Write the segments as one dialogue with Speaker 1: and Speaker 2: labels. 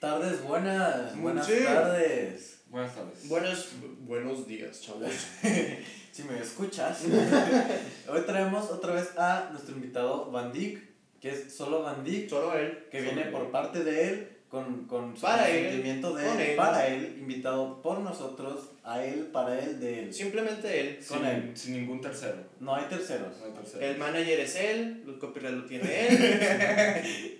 Speaker 1: Tardes buenas, buenas
Speaker 2: Mm, Sí.
Speaker 1: tardes.
Speaker 3: Buenas tardes.
Speaker 2: Buenos, buenos días, chavos.
Speaker 1: si me escuchas. Hoy traemos otra vez a nuestro invitado Van Dyck, que es solo Van Dyck,
Speaker 2: Solo él.
Speaker 1: que
Speaker 3: Solo
Speaker 1: viene
Speaker 3: él.
Speaker 1: por parte de él, con, con su
Speaker 2: Para él,
Speaker 1: sentimiento de
Speaker 2: con
Speaker 1: él,
Speaker 2: él.
Speaker 1: para él, invitado por nosotros, a él, para él, de él.
Speaker 2: Simplemente él.
Speaker 3: Sin,
Speaker 1: con él.
Speaker 3: sin ningún tercero.
Speaker 1: No hay terceros.
Speaker 3: No hay tercero.
Speaker 2: El manager es él, el copyright lo tiene él,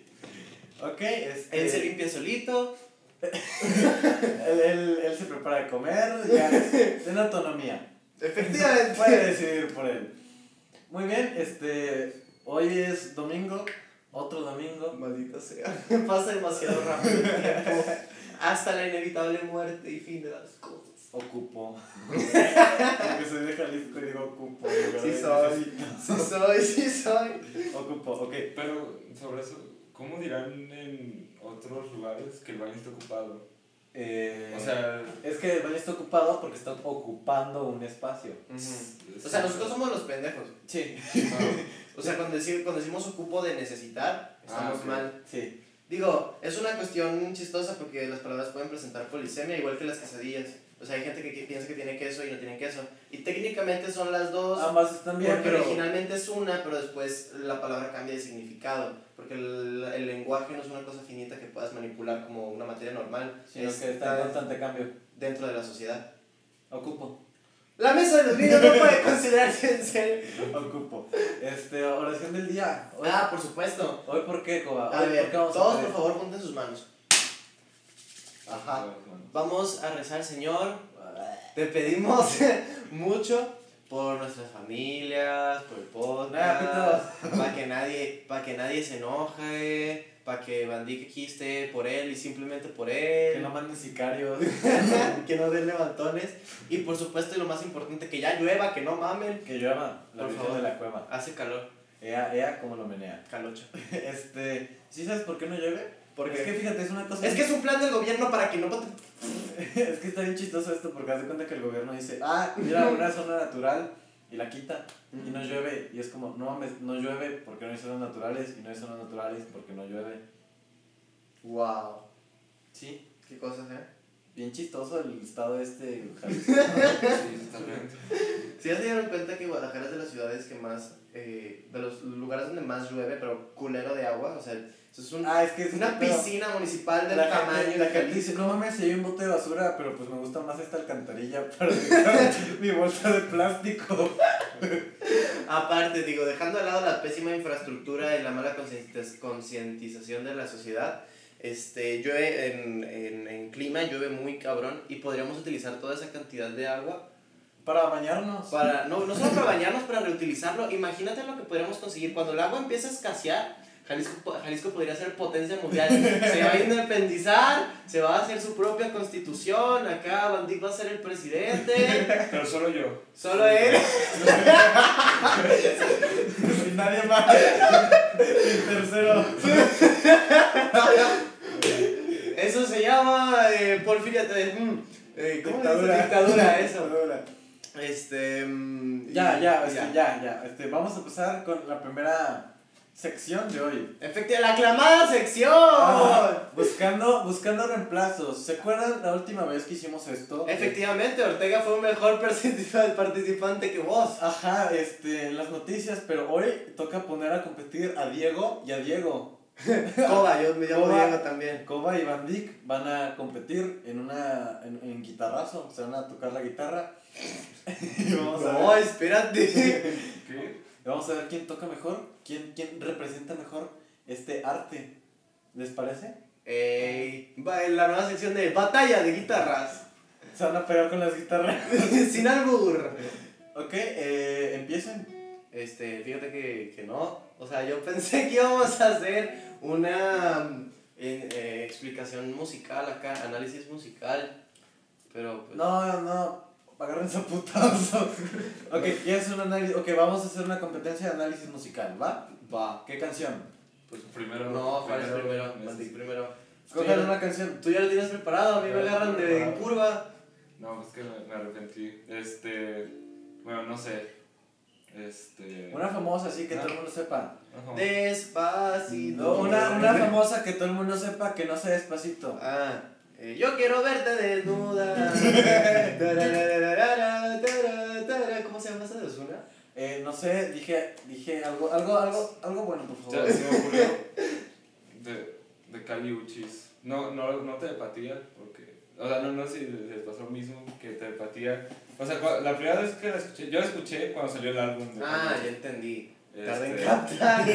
Speaker 1: Ok,
Speaker 2: él se
Speaker 1: este,
Speaker 2: limpia solito.
Speaker 1: él, él, él se prepara de comer, ya es, en autonomía. Puede
Speaker 2: Efectivamente.
Speaker 1: decidir por él. Muy bien, este. Hoy es domingo, otro domingo.
Speaker 2: Maldita sea. Pasa demasiado rápido el tiempo. Hasta la inevitable muerte y fin de las cosas.
Speaker 1: Ocupo. Porque soy de Jalisco y digo ocupo. en lugar
Speaker 2: Sí
Speaker 1: de
Speaker 2: soy.
Speaker 1: necesito.
Speaker 2: Sí soy, sí soy.
Speaker 1: Ocupo, ok.
Speaker 3: Pero sobre eso, ¿cómo dirán en otros lugares que el baño está ocupado?
Speaker 1: Eh,
Speaker 3: O sea,
Speaker 1: Es que el baño está ocupado porque están ocupando un espacio.
Speaker 2: O sea, nosotros somos los pendejos.
Speaker 1: Sí.
Speaker 2: O sea, cuando, decir, cuando decimos ocupo de necesitar, estamos
Speaker 3: ok.
Speaker 2: mal.
Speaker 1: Sí.
Speaker 2: Digo, es una cuestión chistosa porque las palabras pueden presentar polisemia, igual que las quesadillas. O sea, hay gente que, que piensa que tiene queso y no tiene queso. Y técnicamente son las dos,
Speaker 1: Ambas están Ah, bien,
Speaker 2: porque
Speaker 1: pero.
Speaker 2: originalmente es una, pero después la palabra cambia de significado. Porque el, el lenguaje no es una cosa finita que puedas manipular como una materia normal,
Speaker 1: Sino que está en
Speaker 2: está
Speaker 1: constante cambio.
Speaker 2: dentro de la sociedad.
Speaker 1: Ocupo.
Speaker 2: La mesa de los niños no puede considerarse en serio.
Speaker 1: Ocupo. Este, oración del día. Hoy,
Speaker 2: Ah, por supuesto.
Speaker 1: ¿hoy por qué, Coba?
Speaker 2: A
Speaker 1: ¿Hoy por
Speaker 2: ver,
Speaker 1: qué vamos a
Speaker 2: todos
Speaker 1: pedir?
Speaker 2: por favor junten sus manos. Ajá. Vamos a rezar, Señor, Te pedimos mucho por nuestras familias, por el
Speaker 1: Nada,
Speaker 2: podcast, para que nadie, para que nadie se enoje, para que Bandique aquí esté por él y simplemente por él,
Speaker 1: Que no manden sicarios.
Speaker 2: que no den levantones y por supuesto y lo más importante que ya llueva, que no mamen.
Speaker 1: Que llueva, la
Speaker 2: Por
Speaker 1: Virgen
Speaker 2: favor.
Speaker 1: de la Cueva.
Speaker 2: Hace calor,
Speaker 1: Ea, ea, como lo menea.
Speaker 2: calocho.
Speaker 1: Este, ¿sí sabes por qué no llueve?
Speaker 2: Porque
Speaker 1: Es que fíjate, es una cosa.
Speaker 2: es que es un plan del gobierno para que no pat-
Speaker 1: es que está bien chistoso esto porque haz de cuenta que el gobierno dice, ah, mira, una zona natural y la quita y no llueve. Y es como, no mames, no llueve porque no hay zonas naturales y no hay zonas naturales porque no llueve.
Speaker 2: Wow,
Speaker 1: Sí,
Speaker 2: qué cosas, ¿eh?
Speaker 1: bien chistoso el estado este.
Speaker 3: Sí, totalmente.
Speaker 2: Si ya se dieron cuenta que Guadalajara es de las ciudades que más, eh, de los lugares donde más llueve, pero culero de agua, o sea, eso es un
Speaker 1: ah, es que es
Speaker 2: Una
Speaker 1: pero
Speaker 2: piscina municipal del
Speaker 1: La
Speaker 2: tamaño
Speaker 1: gente, la
Speaker 2: de
Speaker 1: gente
Speaker 2: Jalisco.
Speaker 1: dice, no mames, se lleva un bote de basura, pero pues me gusta más esta alcantarilla para dejar mi bolsa de plástico.
Speaker 2: Aparte, digo, dejando de lado la pésima infraestructura y la mala concientiz- concientización de la sociedad, este, llueve en, en, en clima, llueve muy cabrón y podríamos utilizar toda esa cantidad de agua
Speaker 1: Para bañarnos.
Speaker 2: para, no, no solo para bañarnos, para reutilizarlo. Imagínate lo que podríamos conseguir cuando el agua empieza a escasear. Jalisco, po- Jalisco podría ser potencia mundial. Se va a independizar, se va a hacer su propia constitución. Acá Bandic va a ser el presidente.
Speaker 3: Pero solo yo.
Speaker 2: Solo él.
Speaker 1: Sin nadie más. Sin tercero.
Speaker 2: Eso se llama eh, porfiria. eh, mm, eh, ¿Cómo le dice? Dictadura, eso.
Speaker 1: Dictadura.
Speaker 2: Este. mm,
Speaker 1: Ya,
Speaker 2: y-
Speaker 1: ya,
Speaker 2: y
Speaker 1: este, ya, ya. Este, vamos a empezar con la primera sección de hoy.
Speaker 2: Efecti- la aclamada sección.
Speaker 1: Ah, buscando, buscando reemplazos. ¿Se acuerdan la última vez que hicimos esto?
Speaker 2: Efectivamente, Ortega fue un mejor participa- participante que vos.
Speaker 1: Ajá, este, en las noticias, pero hoy toca poner a competir a Diego y a Diego.
Speaker 2: Coba, yo me llamo
Speaker 1: Coba.
Speaker 2: Diego también.
Speaker 1: Coba y Van Dyck van a competir en una, en, en guitarrazo, se van a tocar la guitarra. y vamos a ver.
Speaker 2: No, espérate.
Speaker 3: ¿Qué?
Speaker 1: Vamos a ver quién toca mejor, quién, quién representa mejor este arte. ¿Les parece?
Speaker 2: Ey, va en la nueva sección de batalla de guitarras.
Speaker 1: Se van a pegar con las guitarras.
Speaker 2: Sin albur.
Speaker 1: Ok, eh, empiecen.
Speaker 2: Este, fíjate que, que no. O sea, yo pensé que íbamos a hacer una mm, en- eh, explicación musical acá, análisis musical. Pero pues,
Speaker 1: No, no, agárrense a putazos. ok, ya es un análisis. Ok, vamos a hacer una competencia de análisis musical, ¿va?
Speaker 2: va.
Speaker 1: ¿Qué canción?
Speaker 3: Pues primero.
Speaker 2: No, Juan es primero.
Speaker 3: me
Speaker 2: Mati
Speaker 3: haces-
Speaker 2: primero. Tú ya,
Speaker 1: Cojan una canción.
Speaker 2: tú ya lo tienes preparado, a mí me
Speaker 3: Ya lo
Speaker 2: agarran
Speaker 3: tengo
Speaker 2: de
Speaker 3: preparado.
Speaker 2: curva.
Speaker 3: No, es que me me arrepentí. Este. Bueno, no sé. Este.
Speaker 1: Una famosa, así que
Speaker 3: Ah.
Speaker 1: todo el mundo sepa.
Speaker 3: ajá.
Speaker 2: Despacito.
Speaker 1: No, una, una famosa que todo el mundo sepa que no sea despacito.
Speaker 2: Ah, eh, yo quiero verte desnuda. Tararararara, tara, tara. ¿Cómo se llama esa de Ozuna?
Speaker 1: Eh, no sé, dije, dije algo, algo, algo, algo bueno, por favor.
Speaker 3: Ya se me ocurrió. De, de Cali Uchis. No, no, no telepatía, porque. O sea, no, no sé si les pasó lo mismo que telepatía. O sea, cua- la primera vez que la escuché, yo la escuché cuando salió el álbum. de
Speaker 2: Ah,
Speaker 3: Kali
Speaker 2: ya
Speaker 3: Uchis.
Speaker 2: entendí.
Speaker 3: Este,
Speaker 2: Tarde en captar.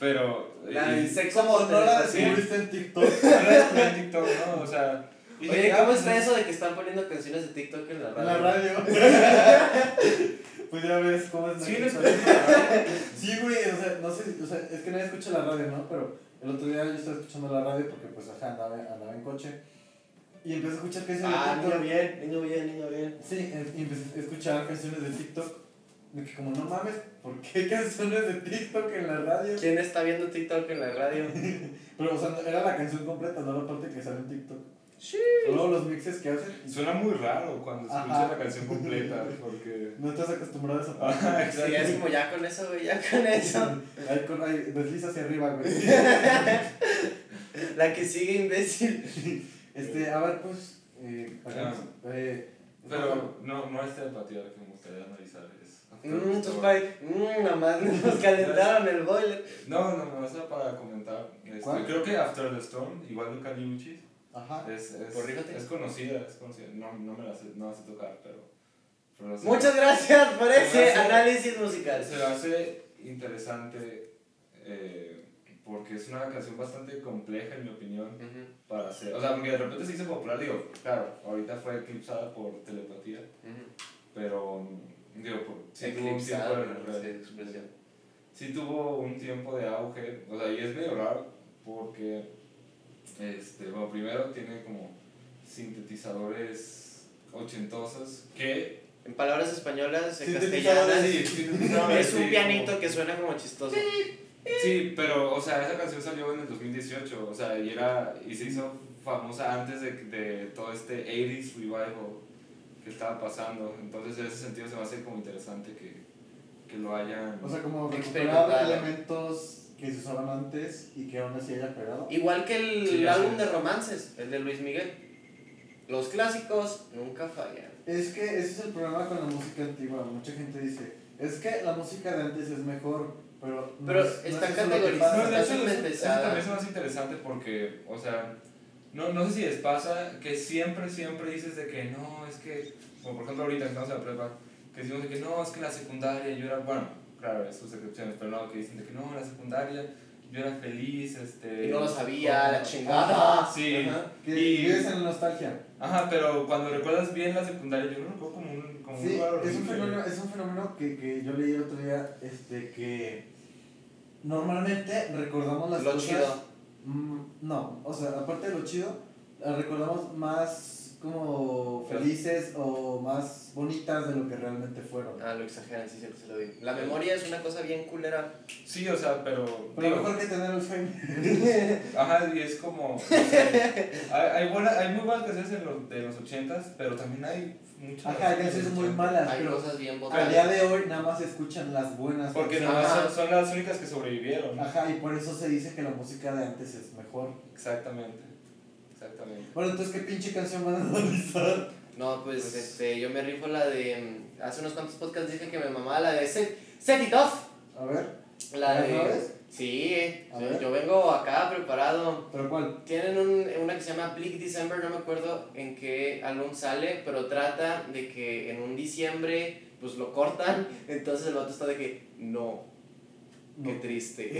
Speaker 3: Pero.
Speaker 2: La
Speaker 3: y-
Speaker 2: del sexo
Speaker 1: Como no la
Speaker 2: sí.
Speaker 1: descubriste en TikTok.
Speaker 3: no la descubrí en TikTok, ¿no? O sea. y dije,
Speaker 2: Oye,
Speaker 3: ah,
Speaker 2: ¿cómo
Speaker 3: pues,
Speaker 2: está eso de que están poniendo canciones de TikTok en la
Speaker 1: En
Speaker 2: radio?
Speaker 1: la radio. pues ya ves cómo es.
Speaker 3: Sí,
Speaker 1: la
Speaker 3: no
Speaker 1: cosa. sí, güey, o sea, no sé, si- o sea, es que nadie escucha la radio, ¿no? Pero el otro día yo estaba escuchando la radio porque, pues, ajá, andaba, andaba en coche. Y empecé a escuchar canciones
Speaker 2: Ah,
Speaker 1: de
Speaker 2: niño
Speaker 1: TikTok.
Speaker 2: bien, niño bien, niño bien.
Speaker 1: Sí, em- y empecé a escuchar canciones de TikTok. De que como, no mames, ¿por qué canciones de TikTok en la radio?
Speaker 2: ¿Quién está viendo TikTok en la radio?
Speaker 1: Pero, o sea, no- era la canción completa, no la parte que sale en TikTok.
Speaker 2: Sí.
Speaker 1: Luego los mixes que hacen.
Speaker 3: Suena muy raro cuando escuchas
Speaker 1: Ajá.
Speaker 3: la canción completa, porque.
Speaker 1: No estás acostumbrado a esa parte.
Speaker 3: Ah,
Speaker 2: Sí, es como ya con eso, güey, ya con eso.
Speaker 1: Ahí, con- ahí, desliza hacia arriba, güey.
Speaker 2: La que sigue imbécil.
Speaker 1: Este, a ver, pues. Eh, hagamos, eh,
Speaker 3: Pero no, no es telepatía lo que me gustaría analizar. Es
Speaker 2: Mmm, tus pay. Mmm, nada más nos calentaron el boiler.
Speaker 3: No, no, no, eso para comentar. Este,
Speaker 1: ¿Cuál?
Speaker 3: creo que After the Storm, igual de Kali Uchis,
Speaker 1: Ajá.
Speaker 3: es, es,
Speaker 2: Corrígete.
Speaker 3: es conocida, es conocida. No, no me la sé, no la sé tocar, pero. pero no sé.
Speaker 2: Muchas gracias por ese
Speaker 3: Gracias.
Speaker 2: análisis musical.
Speaker 3: Se me hace interesante eh, porque es una canción bastante compleja, en mi opinión,
Speaker 2: Ujú,
Speaker 3: para hacer. O sea, porque de repente se hizo popular, digo, claro, ahorita fue eclipsada por telepatía,
Speaker 2: ujú.
Speaker 3: pero. mm, Digo, por, sí tuvo un
Speaker 2: Eclipsado,
Speaker 3: tiempo de-
Speaker 2: no sé, expresión.
Speaker 3: sí tuvo un tiempo de auge, o sea, y es medio raro porque, este, bueno, primero tiene como sintetizadores ochentosos que...
Speaker 2: En palabras españolas, en
Speaker 1: Sintetizadores,
Speaker 2: castellanas,
Speaker 3: Sí, sintetizadores,
Speaker 2: es
Speaker 3: sí,
Speaker 2: un
Speaker 3: como-
Speaker 2: pianito que suena como chistoso.
Speaker 3: Sí, pero, o sea, esa canción salió en el 2018, o sea, y, era, y se hizo famosa antes de, de todo este 80s revival que estaba pasando, entonces en ese sentido se me hace como interesante que, que lo hayan...
Speaker 1: O sea, como recuperar
Speaker 2: Experimental.
Speaker 1: elementos que se usaban antes y que aún así haya pegado.
Speaker 2: Igual que el
Speaker 3: Sí, ya
Speaker 2: álbum
Speaker 3: sé.
Speaker 2: de romances, el de Luis Miguel. Los clásicos nunca fallan.
Speaker 1: Es que ese es el problema con la música antigua. Mucha gente dice, es que la música de antes es mejor, pero. no
Speaker 2: Pero
Speaker 1: es- no
Speaker 2: está
Speaker 1: es eso lo que
Speaker 2: categorizada.
Speaker 1: pasa.
Speaker 3: No,
Speaker 2: Está
Speaker 3: de hecho, eso, eso
Speaker 2: sintetizada.
Speaker 3: también es más interesante porque, o sea, no, no sé si les pasa que siempre, siempre dices de que no, es que, como por ejemplo ahorita que estamos en la prepa, que decimos de que no, es que la secundaria yo era, bueno, claro, eso es excepciones, pero no, que dicen de que no, la secundaria yo era feliz, este...
Speaker 2: Y no lo sabía,
Speaker 3: con-
Speaker 2: la chingada.
Speaker 3: Sí.
Speaker 2: Ajá.
Speaker 1: Que
Speaker 3: Y-
Speaker 1: vives en la nostalgia.
Speaker 3: Ajá, pero cuando recuerdas bien la secundaria, yo lo recuerdo como un, como un
Speaker 1: Sí,
Speaker 3: lugar
Speaker 1: es un
Speaker 3: horrible.
Speaker 1: fenómeno, es un fenómeno que, que yo leí el otro día, este, que. Normalmente recordamos las
Speaker 2: Lo
Speaker 1: cosas.
Speaker 2: chido.
Speaker 1: Mm, no, o sea, aparte de lo chido, las recordamos más como felices o más bonitas de lo que realmente fueron.
Speaker 2: Ah, lo exageran, sí, siempre se lo vi. La memoria es una cosa bien culera.
Speaker 3: Sí, o sea, pero...
Speaker 1: Pero
Speaker 3: digo,
Speaker 1: mejor que tener Alzheimer.
Speaker 3: Ajá, y es como. no sé, hay, hay, buena- hay muy buenas canciones en los, de los 80s, pero también hay muchas.
Speaker 1: Ajá, hay canciones muy malas,
Speaker 2: Hay
Speaker 1: pero
Speaker 2: cosas bien
Speaker 1: al
Speaker 2: botadas.
Speaker 1: día de hoy nada más se escuchan las buenas.
Speaker 3: Porque
Speaker 1: canciones.
Speaker 3: nomás
Speaker 2: Ajá.
Speaker 3: son, son las únicas que sobrevivieron.
Speaker 1: Ajá, y por eso se dice que la música de antes es mejor.
Speaker 3: Exactamente. Exactamente.
Speaker 1: Bueno, entonces, ¿qué pinche canción van a analizar?
Speaker 2: No, pues,
Speaker 3: Pues-
Speaker 2: este, yo me rifo la de. mm, Hace unos cuantos podcasts dije que me mamaba la de Set, Set It Off.
Speaker 1: A ver,
Speaker 2: La
Speaker 1: ¿Ya
Speaker 2: de.
Speaker 1: sabes?
Speaker 2: Sí, eh,
Speaker 1: A
Speaker 2: yo-
Speaker 1: ver.
Speaker 2: yo vengo acá preparado.
Speaker 1: ¿pero cuál?
Speaker 2: Tienen un- una que se llama Bleak December, no me acuerdo en qué álbum sale, pero trata de que en un diciembre pues lo cortan, entonces el vato está de que no, qué triste.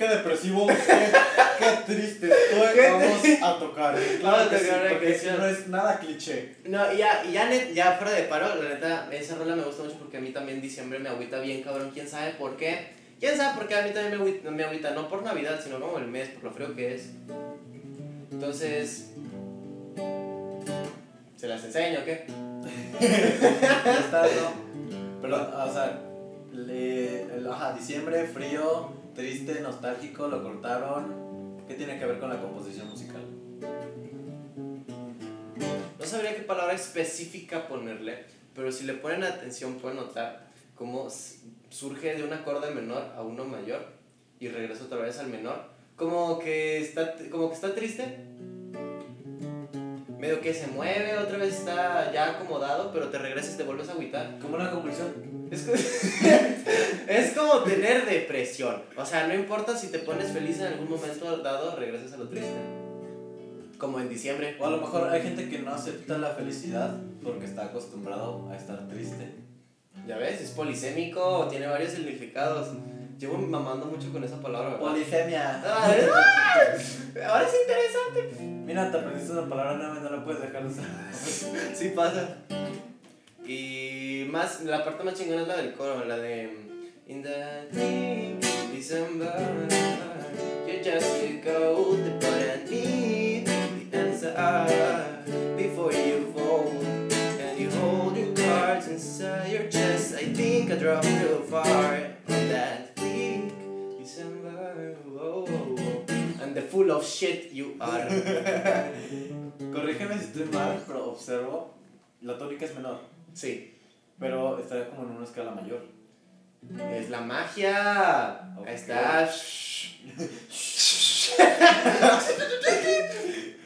Speaker 1: Qué depresivo, qué, qué triste estoy.
Speaker 2: Qué
Speaker 1: Vamos a tocar.
Speaker 2: Vamos a
Speaker 1: que sí,
Speaker 2: tocar una
Speaker 1: porque
Speaker 2: canción.
Speaker 1: No es nada cliché.
Speaker 2: No, y ya, y ya, net- ya fuera de paro, la neta, esa rola me gusta mucho porque a mí también diciembre me agüita bien, cabrón, quién sabe por qué. Quién sabe por qué a mí también me agüita, me agüita, no por Navidad, sino como el mes, por lo frío que es. Entonces, ¿se las enseño o qué?
Speaker 1: Está, ¿no? Pero, o sea, le- el- ajá, diciembre, frío, triste, nostálgico, lo cortaron. ¿Qué tiene que ver con la composición musical?
Speaker 2: No sabría qué palabra específica ponerle, pero si le ponen atención pueden notar cómo s- surge de un acorde menor a uno mayor y regresa otra vez al menor. Como que está, como que está triste. Medio que se mueve, otra vez está ya acomodado, pero te regresas y te vuelves a agüitar.
Speaker 1: Como una convulsión.
Speaker 2: Es, co- es como tener depresión. O sea, no importa si te pones feliz en algún momento dado, regresas a lo triste. Como en diciembre.
Speaker 1: O a lo mejor hay gente que no acepta la felicidad porque está acostumbrado a estar triste.
Speaker 2: Ya ves, es polisémico, tiene varios significados. Llevo mamando mucho con esa palabra, ¿verdad?
Speaker 1: Polisemia.
Speaker 2: Ah, ah, Ahora es interesante.
Speaker 1: Mira, te aprendiste una palabra nueva y no la puedes dejar de usar.
Speaker 2: Sí pasa. Y más, la parte más chingona es la del coro, la de... mm, In the deep December, you're just too cold, but I need the answer before you fall. And you hold your cards inside your chest. I think I dropped too far on that week, December. Whoa. And the full of shit you are.
Speaker 1: Corrígeme si estoy mal, pero observo. La tónica es menor,
Speaker 2: Sí,
Speaker 1: pero estaría como en una escala mayor.
Speaker 2: es la magia.
Speaker 1: Ok.
Speaker 2: Ahí está.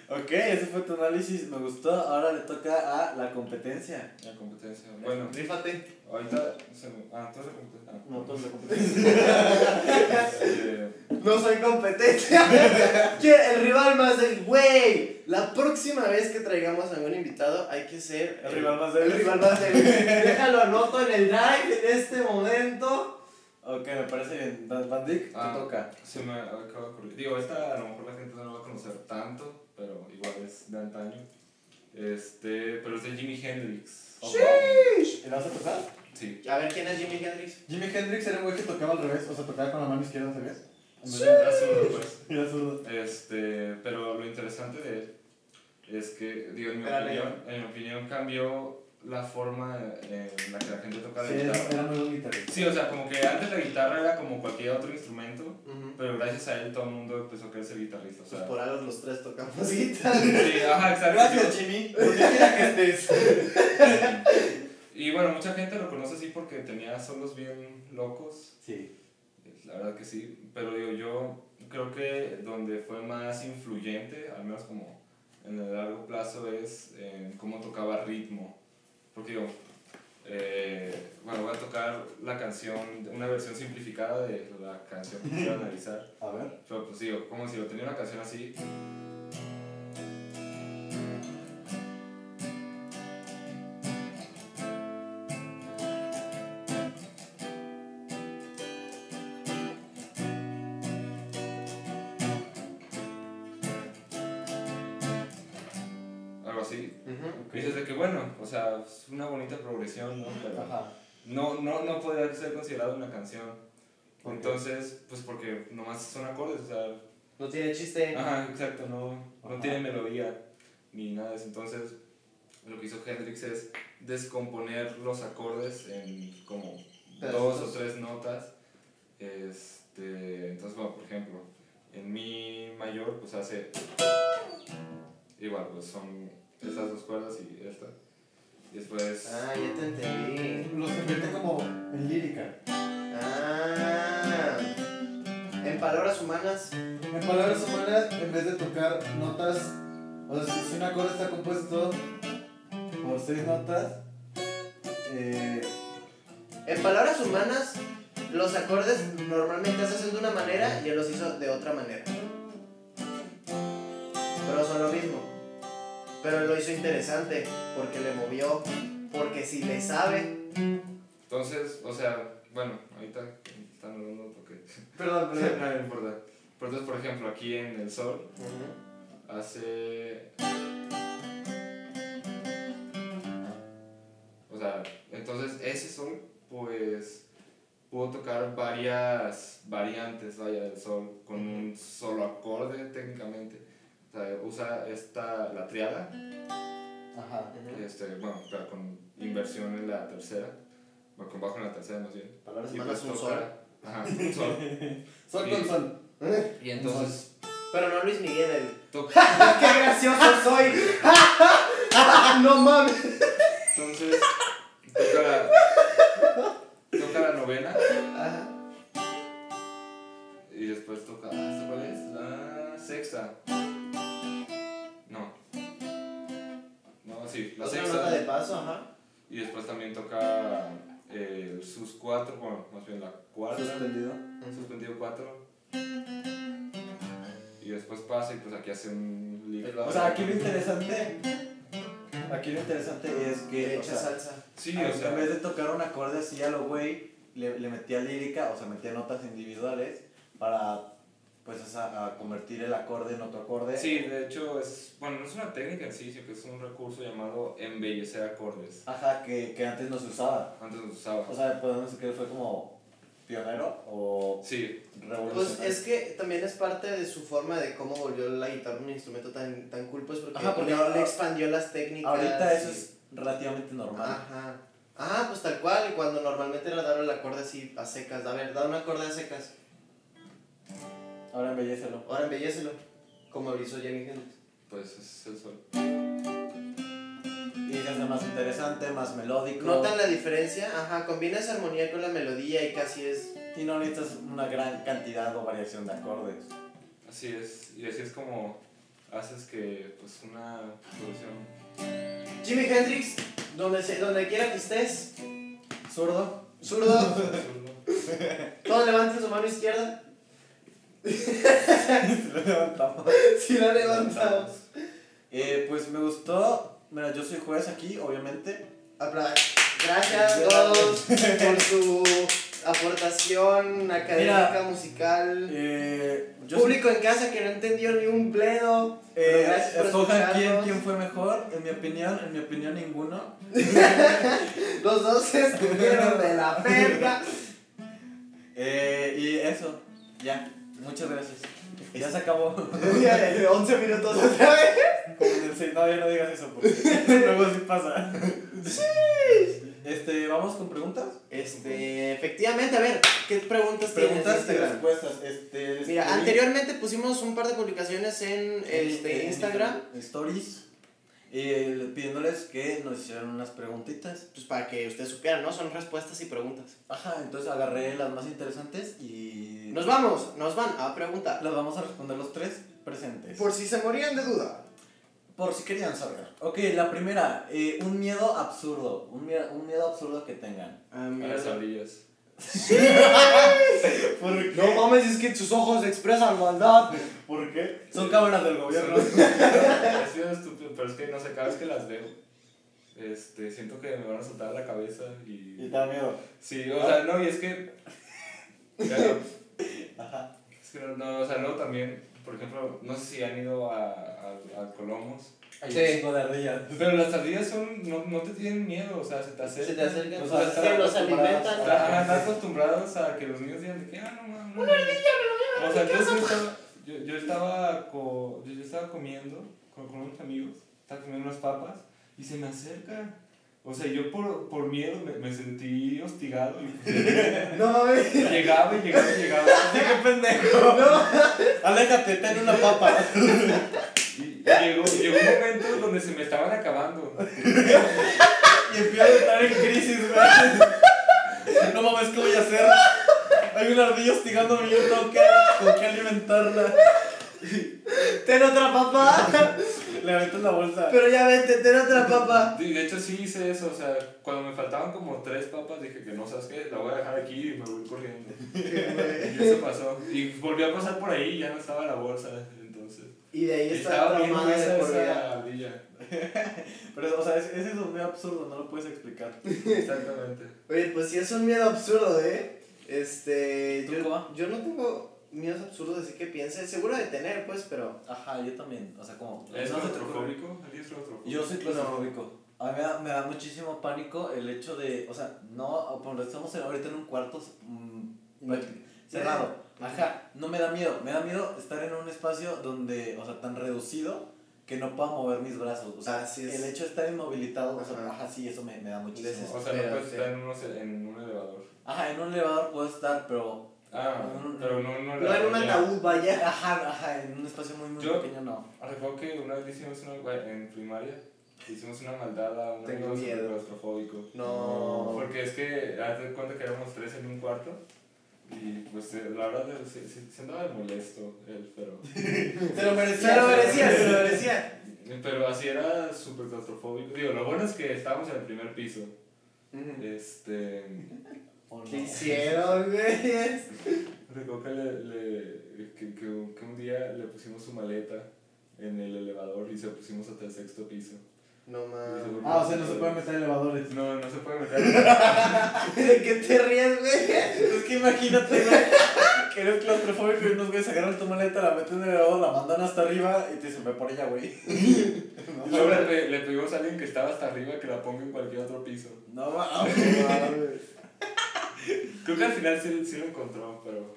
Speaker 1: Ok, ese fue tu análisis, me gustó. Ahora le toca a la competencia.
Speaker 3: La competencia. Bueno,
Speaker 2: Rífate.
Speaker 3: ahorita. Se me... Ah, tú eres la competencia. Ah.
Speaker 1: No, todos la competencia.
Speaker 3: Este,
Speaker 2: No soy competencia. Que el rival más del güey. La próxima vez que traigamos a algún invitado hay que ser
Speaker 1: El rival más
Speaker 2: El
Speaker 1: débil.
Speaker 2: rival más débil. Déjalo anoto en el drive en este momento.
Speaker 1: Ok, me parece bien. Dan Van Dyck, te
Speaker 3: Ah.
Speaker 1: toca.
Speaker 3: Se me acaba de ocurrir. Digo, esta a lo mejor la gente no la va a conocer tanto, pero igual es de antaño. Este, pero es de Jimi Hendrix.
Speaker 1: ¿Y la vas a tocar?
Speaker 3: Sí.
Speaker 2: A ver quién es Jimi Hendrix.
Speaker 1: Jimi Hendrix era un güey que tocaba al revés, o sea, tocaba con la mano izquierda al revés. En vez de-
Speaker 3: Era zurdo, pues.
Speaker 1: Era zurdo.
Speaker 3: Este, pero lo interesante de él es que, digo, en mi,
Speaker 2: Era
Speaker 3: opinión, en mi opinión cambió la forma en la que la gente toca la
Speaker 1: Sí,
Speaker 3: guitarra.
Speaker 1: era, era muy buen guitarrista.
Speaker 3: Sí, o sea, como que antes la guitarra era como cualquier otro instrumento, pero gracias a él todo el mundo empezó a querer ser guitarrista. O
Speaker 2: Pues
Speaker 3: sea,
Speaker 2: por algo los tres tocamos guitarra.
Speaker 3: sí, ajá, exacto.
Speaker 1: Jimmy.
Speaker 2: que estés.
Speaker 3: Y bueno, mucha gente lo conoce así porque tenía solos bien locos,
Speaker 1: Sí.
Speaker 3: la verdad que sí, pero digo, yo creo que donde fue más influyente, al menos como en el largo plazo, es en cómo tocaba ritmo. Porque digo, eh, bueno, voy a tocar la canción, una versión simplificada de la canción que quiero analizar.
Speaker 1: A ver.
Speaker 3: Pero pues digo, como si yo tenía una canción así. Algo así. Y dices de que bueno, o sea, es una bonita progresión, ¿no? Pero
Speaker 1: Ajá.
Speaker 3: no, no, no podría ser considerado una canción.
Speaker 1: ¿Por qué?
Speaker 3: Entonces, pues porque nomás son acordes, o sea,
Speaker 2: No tiene chiste.
Speaker 1: Ah.
Speaker 3: Ajá, exacto, no,
Speaker 1: Ajá.
Speaker 3: no tiene melodía ni nada de eso. Entonces, lo que hizo Hendrix es descomponer los acordes en como
Speaker 2: Pedazos.
Speaker 3: dos o tres notas. Este, entonces, bueno, por ejemplo, en mi mayor, pues hace. Igual, pues son estas dos cuerdas y esta. Y después.
Speaker 2: Ah, ya te entendí.
Speaker 1: Los convierte como en lírica.
Speaker 2: Ah. En palabras humanas.
Speaker 4: En palabras humanas, en vez de tocar notas, o sea, si- si un acorde está compuesto
Speaker 1: Por seis notas. Eh,
Speaker 2: En palabras humanas, los acordes normalmente se hacen de una manera y él los hizo de otra manera. Pero son lo mismo. Pero él lo hizo interesante porque le movió, porque si le sabe.
Speaker 3: Entonces, o sea, bueno, ahorita están hablando porque.
Speaker 2: Perdón,
Speaker 3: no importa. Pero entonces, por ejemplo, aquí en el sol. hace. O sea, entonces ese sol, pues. Pudo tocar varias variantes, vaya, del sol con un solo acorde técnicamente. O sea, usa esta, la triada,
Speaker 1: ajá.
Speaker 3: este, bueno, pero con inversión en la tercera, bueno, con bajo en la tercera más bien.
Speaker 2: Palabras
Speaker 3: Y
Speaker 2: humanas
Speaker 3: pues
Speaker 2: un sol.
Speaker 3: toca- Ajá, un sol.
Speaker 4: sol
Speaker 3: Sí.
Speaker 4: con sol.
Speaker 3: Y entonces
Speaker 2: Pero no Luis Miguel. el-
Speaker 3: toca
Speaker 2: ¡Ah, ¡Qué gracioso soy! ¡No mames!
Speaker 3: Entonces, toca, toca novena
Speaker 2: Ajá.
Speaker 3: y después toca. ¿hasta cuál es? La sexta. No. No, sí, la
Speaker 2: Otra
Speaker 3: sexta.
Speaker 2: nota de paso, ajá.
Speaker 3: Y después también toca eh, sus cuatro, bueno, más bien la cuarta.
Speaker 1: Suspendido.
Speaker 3: Suspendido cuatro. Y después pasa y pues aquí hace un lick.
Speaker 2: El
Speaker 1: O sea, aquí lo interesante. Aquí lo interesante es
Speaker 2: Le
Speaker 1: que. o
Speaker 2: echa
Speaker 1: sea,
Speaker 2: salsa.
Speaker 3: Sí,
Speaker 1: Ah,
Speaker 3: o sea,
Speaker 1: en vez de tocar un acorde así a lo güey, le, le metía lírica, o sea, metía notas individuales para, pues, o sea, a convertir el acorde en otro acorde.
Speaker 3: sí, de hecho es, bueno, no es una técnica en sí, sino que es un recurso llamado embellecer acordes.
Speaker 1: Ajá, que, que antes no se usaba.
Speaker 3: Antes no se usaba.
Speaker 1: O sea, pues, podemos decir que él fue como pionero o
Speaker 3: Sí,
Speaker 1: revolucionario.
Speaker 2: Pues es que también es parte de su forma de cómo volvió la guitarra un instrumento tan, tan cool, pues porque,
Speaker 1: Ajá, porque
Speaker 2: le,
Speaker 1: ahora-
Speaker 2: le expandió las técnicas.
Speaker 1: Ahorita eso
Speaker 2: y-
Speaker 1: es relativamente normal.
Speaker 2: Ajá. Ajá, pues tal cual, y cuando normalmente le daban el acorde así a secas. A ver, da un acorde a secas.
Speaker 1: Ahora embellecelo.
Speaker 2: Ahora embellecelo. Como lo hizo Jimi Hendrix.
Speaker 3: pues es el sol.
Speaker 1: Y se hace más interesante, más melódico.
Speaker 2: Notan la diferencia, ajá, combina esa armonía con la melodía y casi es
Speaker 1: Y no necesitas una gran cantidad o variación de acordes.
Speaker 3: Así es, y así es como haces que pues una producción...
Speaker 2: Jimi Hendrix, donde, se- donde quiera que estés,
Speaker 1: Zurdo.
Speaker 2: zurdo, todos levanten su mano izquierda.
Speaker 1: Lo levantamos.
Speaker 2: Si la
Speaker 1: Eh, pues me gustó. Mira, yo soy juez aquí, obviamente.
Speaker 2: Apla- Gracias a todos por su aportación académica,
Speaker 1: Mira,
Speaker 2: musical.
Speaker 1: Eh, yo
Speaker 2: Público en casa que no entendió ni un bledo.
Speaker 1: soy-
Speaker 2: pero
Speaker 1: eh,
Speaker 2: gracias por
Speaker 1: escojan quién,
Speaker 2: escucharnos.
Speaker 1: quién fue mejor. En mi opinión, en mi opinión, ninguno.
Speaker 2: Los dos estuvieron de la verga.
Speaker 1: Eh, y eso, ya. Muchas gracias. Ya se acabó. Como
Speaker 2: 11 minutos otra vez.
Speaker 1: en el seis- no, ya no digas eso porque luego sí pasa. Este, vamos con preguntas.
Speaker 2: Este, efectivamente, a ver, ¿qué preguntas, tienes?
Speaker 1: Preguntas y
Speaker 2: Instagram?
Speaker 1: respuestas. Este,
Speaker 2: Mira,
Speaker 1: escribí
Speaker 2: anteriormente pusimos un par de publicaciones en,
Speaker 1: en-
Speaker 2: este,
Speaker 1: en
Speaker 2: Instagram,
Speaker 1: Stories. eh, pidiéndoles que nos hicieran unas preguntitas.
Speaker 2: pues para que ustedes supieran, ¿no? Son respuestas y preguntas.
Speaker 1: Ajá, entonces agarré las más interesantes y
Speaker 2: Nos vamos, nos van a preguntar.
Speaker 1: las vamos a responder los tres presentes. Por,
Speaker 2: Por si se morían de duda.
Speaker 1: si querían saber. Ok, la primera, eh, un miedo absurdo, un, mie- un miedo absurdo que tengan.
Speaker 3: A las ardillas.
Speaker 1: ¿Por qué?
Speaker 2: mames, es que sus ojos expresan maldad.
Speaker 1: ¿Por qué? Son cámaras del gobierno.
Speaker 3: Ha sido estúpido, pero es que no sé, cada vez que las veo, este, siento que me van a saltar la cabeza
Speaker 1: y te
Speaker 3: y...
Speaker 1: da miedo.
Speaker 3: Sí, o sea, no, y es que... ya no.
Speaker 1: Ajá.
Speaker 3: Es que no, no, o sea, luego también, por ejemplo, no sé si han ido a, a, a Colomos.
Speaker 1: Hay
Speaker 2: Sí.
Speaker 1: un chingo de ardillas.
Speaker 3: Pero las ardillas son, no, no te tienen miedo, o sea, se te acercan.
Speaker 2: Se te acercan,
Speaker 1: O
Speaker 3: O
Speaker 1: sea,
Speaker 3: sea,
Speaker 2: es que
Speaker 3: están,
Speaker 2: los alimentan.
Speaker 3: están- ajá, están acostumbrados a que los niños digan de que, ah, no mames. Una ardilla me lo voy a O sea, yo sí estaba, yo, yo estaba, co- yo, yo estaba comiendo con, con unos amigos, estaba comiendo unas papas y se me acerca. O sea, yo por, por miedo me, me sentí hostigado y
Speaker 2: No mames.
Speaker 3: llegaba y llegaba y llegaba.
Speaker 1: Sí, qué pendejo. Aléjate, ten una papa.
Speaker 3: Y llegó, llegó un momento donde se me estaban acabando.
Speaker 1: Y empiezo a estar en crisis, güey. No mames, ¿qué voy a hacer? Hay una ardilla hostigándome y yo tengo que, tengo que alimentarla.
Speaker 2: Ten otra papá.
Speaker 1: Le aventas la bolsa.
Speaker 2: Pero ya vente, ten otra papá.
Speaker 3: De, de hecho, sí hice eso. O sea, cuando me faltaban como tres papas, dije que no, ¿sabes qué? La voy a dejar aquí y me voy corriendo. y eso pasó. Y volví a pasar por ahí y ya no estaba la bolsa. Entonces,
Speaker 2: Y de ahí
Speaker 3: Y
Speaker 2: está
Speaker 3: estaba
Speaker 2: otra
Speaker 3: bien
Speaker 2: madre
Speaker 3: gruesa
Speaker 2: de por vida.
Speaker 3: esa ardilla.
Speaker 1: Pero, o sea, es- ese es un medio absurdo, no lo puedes explicar.
Speaker 3: Exactamente.
Speaker 2: Oye, pues sí es un miedo absurdo, ¿eh? Este.
Speaker 1: ¿Tú, Coba?
Speaker 2: Yo, yo no tengo miedos absurdos, así que piensa. Seguro de tener, pues, pero.
Speaker 1: Ajá, yo también. O sea, como.
Speaker 3: ¿Es
Speaker 1: no se te ocurre.
Speaker 3: claustrofóbico? ¿Alguien es claustrofóbico?
Speaker 1: Yo soy claustrofóbico. A mí me da, me da muchísimo pánico el hecho de. O sea, no. Cuando estamos en- ahorita en un cuarto mm, prácti- cerrado. Ajá, no me da miedo. Me da miedo estar en un espacio donde. O sea, tan reducido que no pueda mover mis brazos. O sea,
Speaker 2: Así es.
Speaker 1: el hecho de estar inmovilizado. O sea,
Speaker 2: Ajá.
Speaker 1: ajá, sí, eso me, me da muchísimo.
Speaker 2: Desespero.
Speaker 3: O sea, no puedes estar en, unos- en un elevador.
Speaker 1: Ajá, en un elevador puedo estar, pero.
Speaker 3: Ah,
Speaker 1: Mm.
Speaker 3: pero no en un
Speaker 2: No
Speaker 3: elevador.
Speaker 2: en un
Speaker 3: ya.
Speaker 2: ataúd, vaya.
Speaker 1: Ajá, ajá, en un espacio muy, muy
Speaker 3: Yo-
Speaker 1: pequeño no.
Speaker 3: Recuerdo que una vez hicimos una en primaria hicimos una maldad a un
Speaker 2: Tengo
Speaker 3: amigo súper
Speaker 2: miedo.
Speaker 3: claustrofóbico.
Speaker 2: No.
Speaker 3: Porque es que, haz de cuenta que éramos tres en un cuarto. Y pues eh, la verdad eh, se, se, se andaba de molesto él, pero.
Speaker 4: Se lo merecía.
Speaker 2: Se lo merecía, se lo merecía.
Speaker 3: Pero así era súper claustrofóbico. Digo, lo bueno es que estábamos en el primer piso. Este.
Speaker 1: ¿O no?
Speaker 2: ¿Qué hicieron, güey?
Speaker 3: Recuerdo que, le, le- que, que un- que un día le pusimos su maleta en el elevador y se la pusimos hasta el sexto piso.
Speaker 2: No
Speaker 3: Y se
Speaker 2: mames.
Speaker 3: volvió
Speaker 1: Ah, o sea, no se pueden meter elevadores.
Speaker 3: No, no se puede meter.
Speaker 2: ¿De qué te ríes, güey?
Speaker 1: Es que imagínate, güey, que eres claustrofóbico y unos güeyes agarran tu maleta, la meten en el elevador, la mandan hasta arriba y te dicen, ve por ella, güey.
Speaker 3: Y luego le, pe- le pedimos a alguien que estaba hasta arriba que la ponga en cualquier otro piso.
Speaker 1: No
Speaker 2: Ah,
Speaker 1: mames.
Speaker 3: Creo que al final sí, sí lo encontró, pero.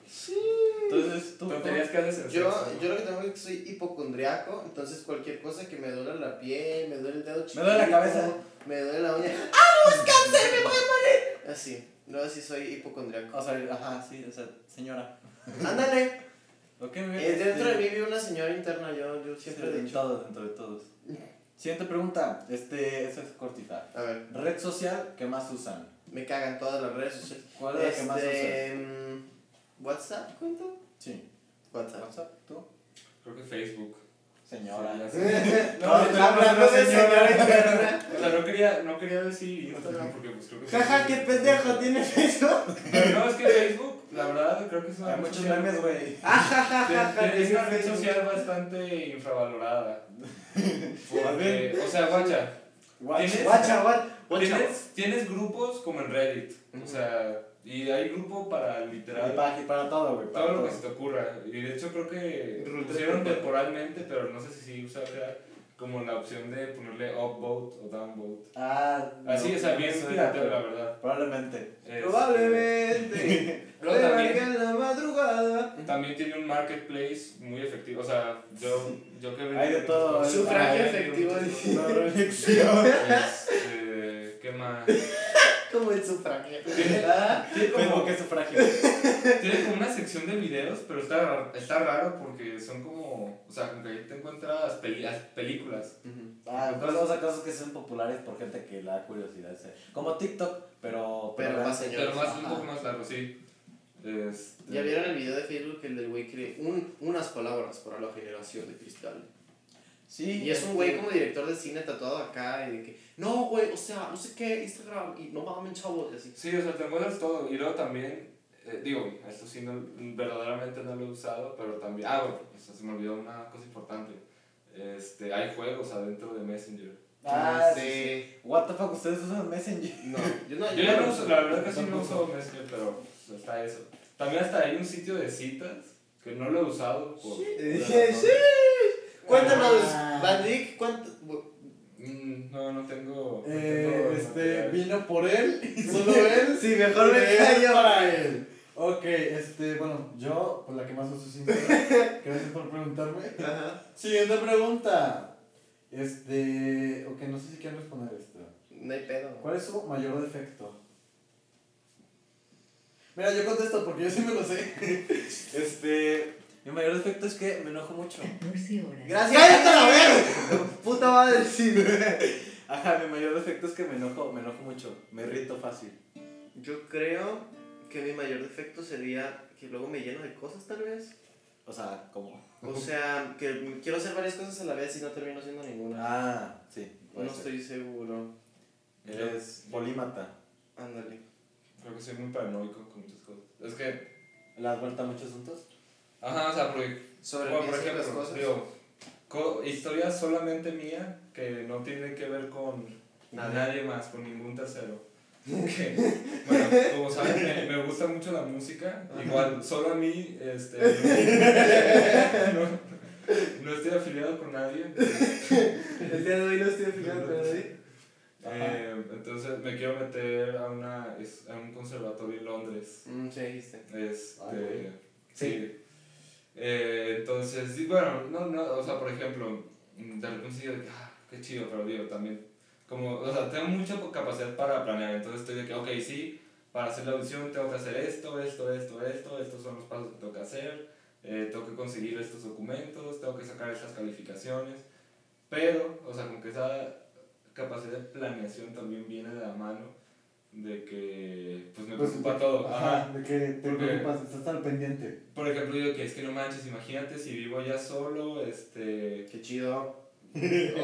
Speaker 1: Entonces, tú.
Speaker 3: Tonterías que haces en
Speaker 2: Yo,
Speaker 3: sexo.
Speaker 2: yo lo que tengo es que soy hipocondriaco, entonces cualquier cosa que me duela la piel, me duele el dedo chiquito,
Speaker 1: duele la cabeza.
Speaker 2: me duele la uña. ¡Ah, cáncer, me voy a morir! Así, no, sí soy hipocondriaco.
Speaker 1: O sea, ajá, sí, o sea, señora.
Speaker 2: Ándale,
Speaker 1: Lo que me
Speaker 2: eh,
Speaker 1: Este,
Speaker 2: dentro de mí vive una señora interna, yo, yo siempre
Speaker 1: Siempre
Speaker 2: he
Speaker 1: de
Speaker 2: dicho.
Speaker 1: todos, dentro de todos. Siguiente pregunta, este, esa es cortita.
Speaker 2: A ver,
Speaker 1: Red social que más usan.
Speaker 2: me cagan todas las redes sociales.
Speaker 1: ¿Cuál es la que más usas?
Speaker 2: Este, mm, ¿WhatsApp cuenta?
Speaker 1: Sí.
Speaker 2: WhatsApp.
Speaker 1: WhatsApp, tú.
Speaker 3: Creo que Facebook.
Speaker 1: Señora.
Speaker 3: Sí, ya sé.
Speaker 4: No,
Speaker 1: No,
Speaker 4: está hablando de señora interna.
Speaker 3: O sea, no quería, no quería decir Instagram porque pues creo que.
Speaker 2: Jaja, qué pendejo, tiene Facebook.
Speaker 3: Pero no, es que Facebook, la verdad, creo que es una.
Speaker 1: Hay
Speaker 3: red
Speaker 1: muchos
Speaker 3: social-
Speaker 1: memes, güey.
Speaker 2: Ajajajaja,
Speaker 3: Es una red
Speaker 2: Facebook.
Speaker 3: social bastante infravalorada.
Speaker 1: A ver.
Speaker 3: Porque, o sea, guacha,
Speaker 1: Guacha.
Speaker 3: ¿Tienes?
Speaker 2: Guacha, guacha, guacha.
Speaker 3: tienes, tienes grupos como en Reddit.
Speaker 2: Ujú.
Speaker 3: O sea, y hay grupo para
Speaker 1: Y
Speaker 3: literal
Speaker 1: para, y para todo, güey. Para
Speaker 3: todo lo
Speaker 1: todo.
Speaker 3: que se te ocurra. Y de hecho creo que
Speaker 2: Rule
Speaker 3: pusieron
Speaker 2: 3.0.
Speaker 3: temporalmente, pero no sé si sí usa acá, como la opción de ponerle upvote o downvote.
Speaker 1: Ah,
Speaker 3: Así,
Speaker 1: no,
Speaker 3: o sea,
Speaker 1: no
Speaker 3: bien
Speaker 1: sé,
Speaker 3: pirateo,
Speaker 1: pero
Speaker 3: la verdad.
Speaker 1: Probablemente.
Speaker 3: Es-
Speaker 2: Probablemente.
Speaker 3: Luego
Speaker 2: te
Speaker 3: también-
Speaker 2: marca en la madrugada.
Speaker 3: También tiene un marketplace muy efectivo. O sea, yo, yo que
Speaker 1: Hay de todo,
Speaker 3: Hay
Speaker 2: Sufragio
Speaker 3: de
Speaker 2: efectivo,
Speaker 3: todo.
Speaker 2: dice.
Speaker 1: Una reelección.
Speaker 3: Este, ¿Qué más?
Speaker 2: Como el sufragio.
Speaker 3: Tiene-
Speaker 2: Ah,
Speaker 3: Tiene como,
Speaker 1: Facebook es sufragio.
Speaker 3: tiene como una sección de videos, pero está, ra- está raro porque son como. O sea, como que ahí te encuentras peli- las películas.
Speaker 1: Ah, pues vamos a cosas que son populares por gente que la curiosidad. es Como TikTok, pero.
Speaker 2: Pero más
Speaker 1: grande.
Speaker 3: Pero más, un
Speaker 2: Ajá.
Speaker 3: poco más largo, sí. Este,
Speaker 2: Ya vieron el video de Facebook, el del güey que un, unas palabras para la generación de cristal.
Speaker 1: Sí. este
Speaker 2: Y es un güey como director de cine tatuado acá y de que, no, güey, o sea, no sé qué, Instagram, y no mamen, chavos, y así.
Speaker 3: Sí, o sea, te encuentras todo. Y luego también, eh, digo, esto sí no, verdaderamente no lo he usado, pero también. Ah, bueno, o sea, se me olvidó una cosa importante. Este, hay juegos adentro de Messenger.
Speaker 1: Ah, sí. sí.
Speaker 2: Este,
Speaker 1: What the fuck, ustedes usan Messenger.
Speaker 2: No, yo no,
Speaker 3: Yo ya no uso, la verdad que sí no
Speaker 1: Tampoco.
Speaker 3: uso Messenger, pero pues, está eso. También hasta hay un sitio de citas que no lo he usado. Por,
Speaker 2: Eh,
Speaker 3: por la razón.
Speaker 2: Cuéntanos,
Speaker 1: Ah.
Speaker 2: Van Dyck, ¿cuánto? bu-
Speaker 3: Mm, No, no tengo. no
Speaker 4: Eh,
Speaker 3: tengo
Speaker 4: este,
Speaker 3: material.
Speaker 4: vino por él y solo él.
Speaker 2: Sí, mejor me
Speaker 4: Y de él
Speaker 2: callo.
Speaker 4: para él. Ok, este, bueno, yo, pues la que más uso es Instagram. Gracias por preguntarme.
Speaker 2: Ajá.
Speaker 4: Siguiente pregunta. Este, ok, no sé si quieren responder esto.
Speaker 2: No hay pedo.
Speaker 4: ¿Cuál es su mayor defecto? Mira, yo contesto porque yo sí me lo sé.
Speaker 1: Este. Mi mayor defecto es que me enojo mucho.
Speaker 5: 14 horas.
Speaker 2: Gracias. ¡Cállate la verga! Puta madre, sí.
Speaker 1: Ajá, mi mayor defecto es que me enojo, me enojo mucho. Me irrito fácil.
Speaker 2: Yo creo que mi mayor defecto sería que luego me lleno de cosas, tal vez.
Speaker 1: O sea, como.
Speaker 2: O sea, que quiero hacer varias cosas a la vez y no termino haciendo ninguna.
Speaker 1: Ah, sí. puede
Speaker 2: no
Speaker 1: ser.
Speaker 2: estoy seguro.
Speaker 1: Eres polímata.
Speaker 2: Ándale.
Speaker 3: Creo que soy muy paranoico con muchas cosas. Es que.
Speaker 1: ¿Le das vuelta a muchos asuntos?
Speaker 3: Ajá, o sea, porque
Speaker 2: Sobre
Speaker 3: Bueno, por
Speaker 2: pienso en
Speaker 3: ejemplo,
Speaker 2: las cosas.
Speaker 3: digo, co- historia solamente mía que no tiene que ver con
Speaker 2: Nadie.
Speaker 3: nadie más, con ningún tercero. Que, bueno, como saben, me, me gusta mucho la música. Igual, solo a mí, este, no, no estoy afiliado con nadie.
Speaker 2: El día de hoy no estoy afiliado con nadie.
Speaker 3: Eh, entonces me quiero meter a, una, es- a un conservatorio en Londres.
Speaker 2: Mm, sí, dijiste.
Speaker 3: Este.
Speaker 1: Ay, güey.
Speaker 3: sí. Eh, entonces, sí, bueno, no, no, o sea, por ejemplo, mm, de repente sí digo, ah, qué chido, pero digo, también, como, o sea, tengo mucha po- capacidad para planear, entonces estoy de que, ok, sí, para hacer la audición tengo que hacer esto, esto, esto, esto, estos son los pasos que tengo que hacer, eh, tengo que conseguir estos documentos, tengo que sacar estas calificaciones, pero, o sea, como que esa capacidad de planeación también viene de la mano de que pues me
Speaker 4: Pues,
Speaker 3: preocupa todo. Ajá.
Speaker 4: Ajá, de que te
Speaker 3: Porque-
Speaker 4: preocupas, estás al pendiente.
Speaker 3: Por ejemplo, yo que es que no manches, imagínate si vivo ya solo, este,
Speaker 1: Qué chido.
Speaker 3: o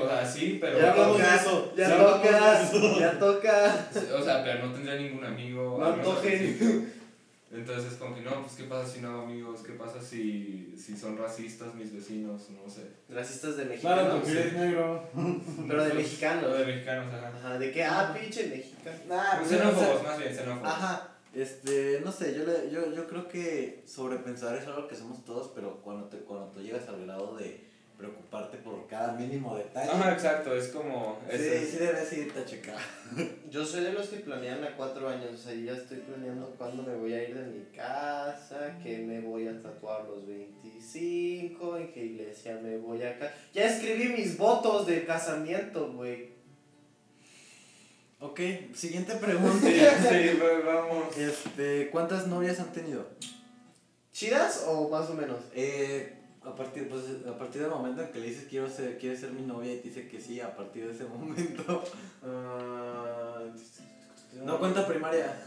Speaker 3: sea, sí, pero
Speaker 1: Ya hablamos de
Speaker 2: tocas,
Speaker 1: eso.
Speaker 2: Ya
Speaker 1: Ya hablamos
Speaker 2: tocas,
Speaker 1: de eso.
Speaker 2: ya tocas.
Speaker 3: o sea, pero no tendría ningún amigo.
Speaker 2: No
Speaker 3: al menos al
Speaker 2: antojes.
Speaker 3: principio. Entonces, como que no, pues qué pasa si no hago amigos, qué pasa si, si son racistas mis vecinos, no sé.
Speaker 2: Racistas de
Speaker 4: Claro,
Speaker 2: mexicanos.
Speaker 4: porque eres negro.
Speaker 2: Pero de
Speaker 3: Entonces,
Speaker 2: mexicanos.
Speaker 3: De mexicanos, ajá.
Speaker 2: Ajá, de que, ah, pinche mexicano.
Speaker 1: Nah, pues,
Speaker 3: Xenófobos, más bien, xenófobos.
Speaker 1: Ajá, este, no sé, yo, le- yo, yo creo que sobrepensar es algo que somos todos, pero cuando, te, cuando tú llegas al grado de preocuparte por cada mínimo detalle,
Speaker 3: Ajá, exacto, es como...
Speaker 1: sí,
Speaker 3: eso es-
Speaker 1: sí debes irte a checar.
Speaker 2: Yo soy de los que planean a cuatro años, o sea, yo ya estoy planeando cuándo me voy a ir de mi casa, que me voy a tatuar a los 25, en qué iglesia me voy a casar. Ya escribí mis votos de casamiento, güey.
Speaker 1: Ok, siguiente pregunta.
Speaker 3: Sí, sí, pues, vamos.
Speaker 1: Este, ¿cuántas novias han tenido?
Speaker 2: ¿Chidas o más o menos?
Speaker 1: Eh, a partir, pues, a partir del momento en que le dices quiero ser, quieres ser mi novia y te dice que sí, a partir de ese momento.
Speaker 2: Ah,
Speaker 1: No cuenta primaria.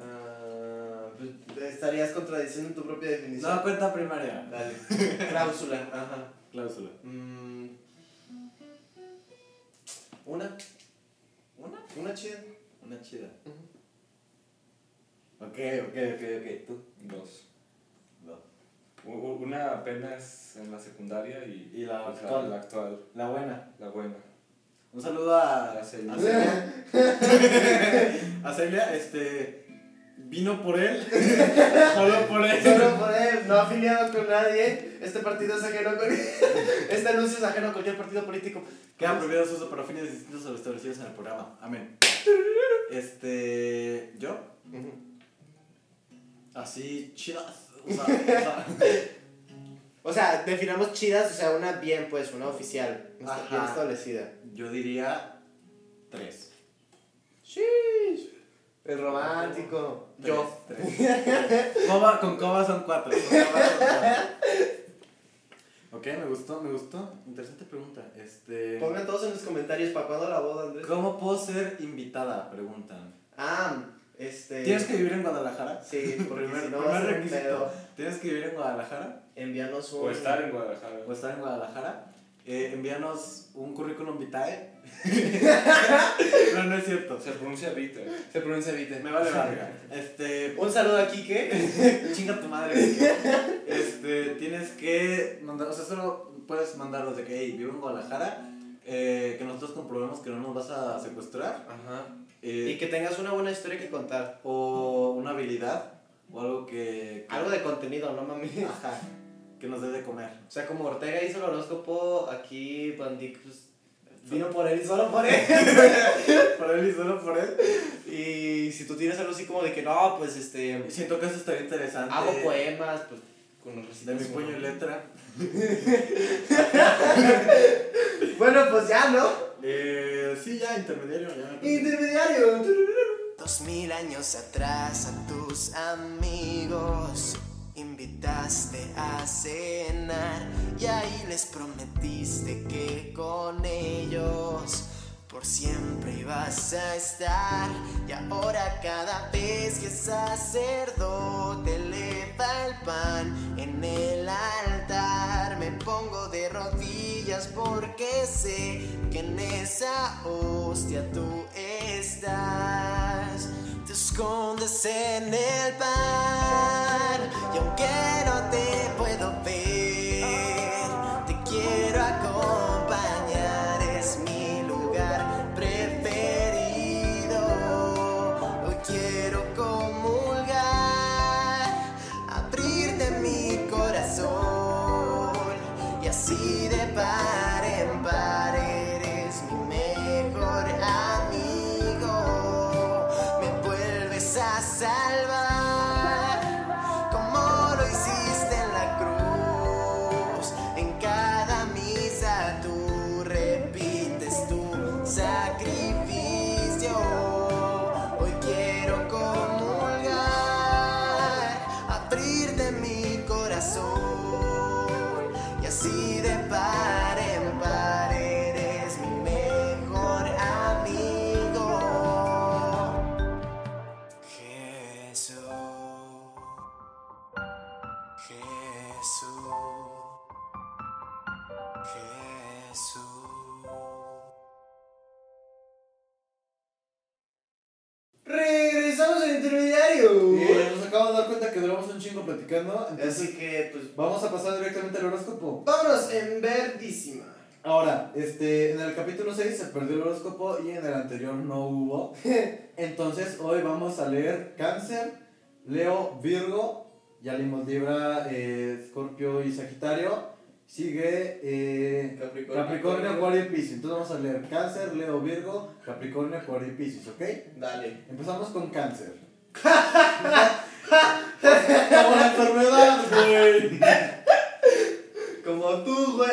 Speaker 2: Ah, pues, estarías contradiciendo tu propia definición.
Speaker 1: No cuenta primaria.
Speaker 2: Dale. Cláusula, ajá.
Speaker 1: Cláusula.
Speaker 2: Mm. Una.
Speaker 1: ¿Una?
Speaker 2: Una chida.
Speaker 1: Una chida.
Speaker 2: Ujú.
Speaker 1: Ok, ok, ok, ok. Tú.
Speaker 3: Dos.
Speaker 1: Dos.
Speaker 3: U- u- Una apenas en la secundaria y,
Speaker 1: Y la
Speaker 3: pues,
Speaker 1: actual.
Speaker 3: la actual,
Speaker 1: La buena.
Speaker 3: la buena.
Speaker 1: Un saludo a,
Speaker 3: A Celia.
Speaker 1: a Celia. A Celia, este. Vino por él. Solo por él.
Speaker 2: Solo por él, no afiliado con nadie. Este partido es ajeno con. Este anuncio es ajeno a cualquier partido político.
Speaker 1: Quedan prohibidos uso para fines distintos a los establecidos en el programa. Amén. Este. ¿Yo? Así chidas. O sea, o sea,
Speaker 2: O sea, definamos chidas, o sea, una bien, pues, una oficial. una
Speaker 1: Ajá.
Speaker 2: Bien establecida.
Speaker 1: yo diría. Tres.
Speaker 2: Sheesh. El romántico. Yo.
Speaker 1: Tres. tres. Coba- con coba son cuatro. con coba son cuatro. Ok, me gustó, me gustó. Interesante pregunta. Este.
Speaker 2: Pongan todos en los comentarios para cuándo la boda, Andrés.
Speaker 1: ¿Cómo puedo ser invitada? Preguntan.
Speaker 2: Ah, este.
Speaker 1: ¿Tienes que vivir en Guadalajara?
Speaker 2: Sí, porque
Speaker 1: Primer-
Speaker 2: si no va a
Speaker 1: primer
Speaker 2: ser un
Speaker 1: requisito. Pues,
Speaker 2: pedo.
Speaker 1: ¿Tienes que vivir en Guadalajara?
Speaker 2: Envíanos un.
Speaker 3: O estar en Guadalajara.
Speaker 1: ¿O estar en Guadalajara? Eh, envíanos un currículum vitae. no, no es cierto.
Speaker 3: Se pronuncia Vita.
Speaker 2: Se pronuncia Vite.
Speaker 1: Me vale larga. Este,
Speaker 2: Un saludo a Kike.
Speaker 1: chinga tu madre. Este, tienes que mandar, o sea, solo puedes mandarnos de que, hey, vivo en Guadalajara, eh, que nosotros comprobemos que no nos vas a secuestrar,
Speaker 2: Ajá.
Speaker 1: eh,
Speaker 2: Y que tengas una buena historia que contar.
Speaker 1: o una habilidad, o algo que... que-
Speaker 2: Algo de contenido, no mami.
Speaker 1: Ajá, que nos debe de comer.
Speaker 2: O sea, como Ortega hizo el horóscopo, aquí Bandic pues, vino por él y solo por él.
Speaker 1: Por él y solo por él.
Speaker 2: y si tú tienes algo así como de que no, pues este.
Speaker 1: Siento que eso estaría interesante.
Speaker 2: Hago poemas, pues con los
Speaker 1: Este, De
Speaker 2: recitas
Speaker 1: mi
Speaker 2: uno.
Speaker 1: puño y letra.
Speaker 2: Bueno, pues ya, ¿no?
Speaker 1: Eh, sí, ya, intermediario. Ya me
Speaker 2: Intermediario.
Speaker 5: Dos mil años atrás a tus amigos invitaste a cenar y ahí les prometiste que con ellos por siempre ibas a estar y ahora cada vez que es sacerdote eleva el pan en el altar me pongo de rodillas porque sé que en esa hostia tú estás. Te escondes en el pan y aunque no te puedo ver, te quiero acompañar. Es mi lugar preferido. Hoy quiero comulgar, abrirte mi corazón y así de par en par eres mi mejor amigo. Me vuelves a salvar como lo hiciste en la
Speaker 2: Y
Speaker 4: Uy.
Speaker 2: nos acabamos de dar cuenta que duramos un chingo platicando. Entonces,
Speaker 4: Así que, pues,
Speaker 2: vamos a pasar directamente al horóscopo.
Speaker 4: vámonos en verdísima.
Speaker 2: Ahora, este, en el capítulo 6 se perdió el horóscopo y en el anterior no hubo. Entonces, hoy vamos a leer Cáncer, Leo, Virgo. Ya leímos Libra, eh, Escorpio y Sagitario. Sigue eh,
Speaker 4: Capricornio.
Speaker 2: Capricornio, Acuario y Piscis. Entonces vamos a leer Cáncer, Leo, Virgo, Capricornio, Acuario y Piscis, ¿ok?
Speaker 4: Dale.
Speaker 2: Empezamos con cáncer. Como la enfermedad, güey.
Speaker 4: Como tú, güey.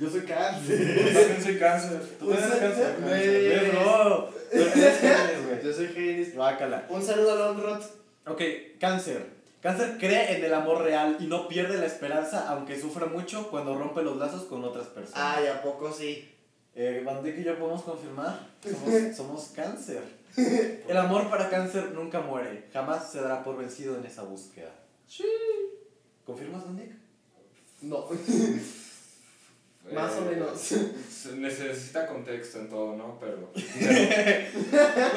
Speaker 2: Yo soy cáncer.
Speaker 3: Yo también soy cáncer.
Speaker 1: ¿Tú tienes cáncer?
Speaker 4: No
Speaker 1: Güey,
Speaker 4: eres.
Speaker 1: no. Tú tienes cáncer, güey.
Speaker 4: Yo soy Génesis.
Speaker 1: Guácala.
Speaker 4: Un saludo a Lonrot.
Speaker 1: Ok, cáncer. Cáncer cree en el amor real y no pierde la esperanza, aunque sufra mucho cuando rompe los lazos con otras personas.
Speaker 4: Ay, ¿a poco sí?
Speaker 1: Eh, Bandic y yo podemos confirmar, somos, somos cáncer. El amor para cáncer nunca muere, jamás se dará por vencido en esa búsqueda. ¿Confirmas, Bandic?
Speaker 4: No.
Speaker 3: Eh,
Speaker 4: Más o menos.
Speaker 3: se Necesita contexto en todo, ¿no? Pero.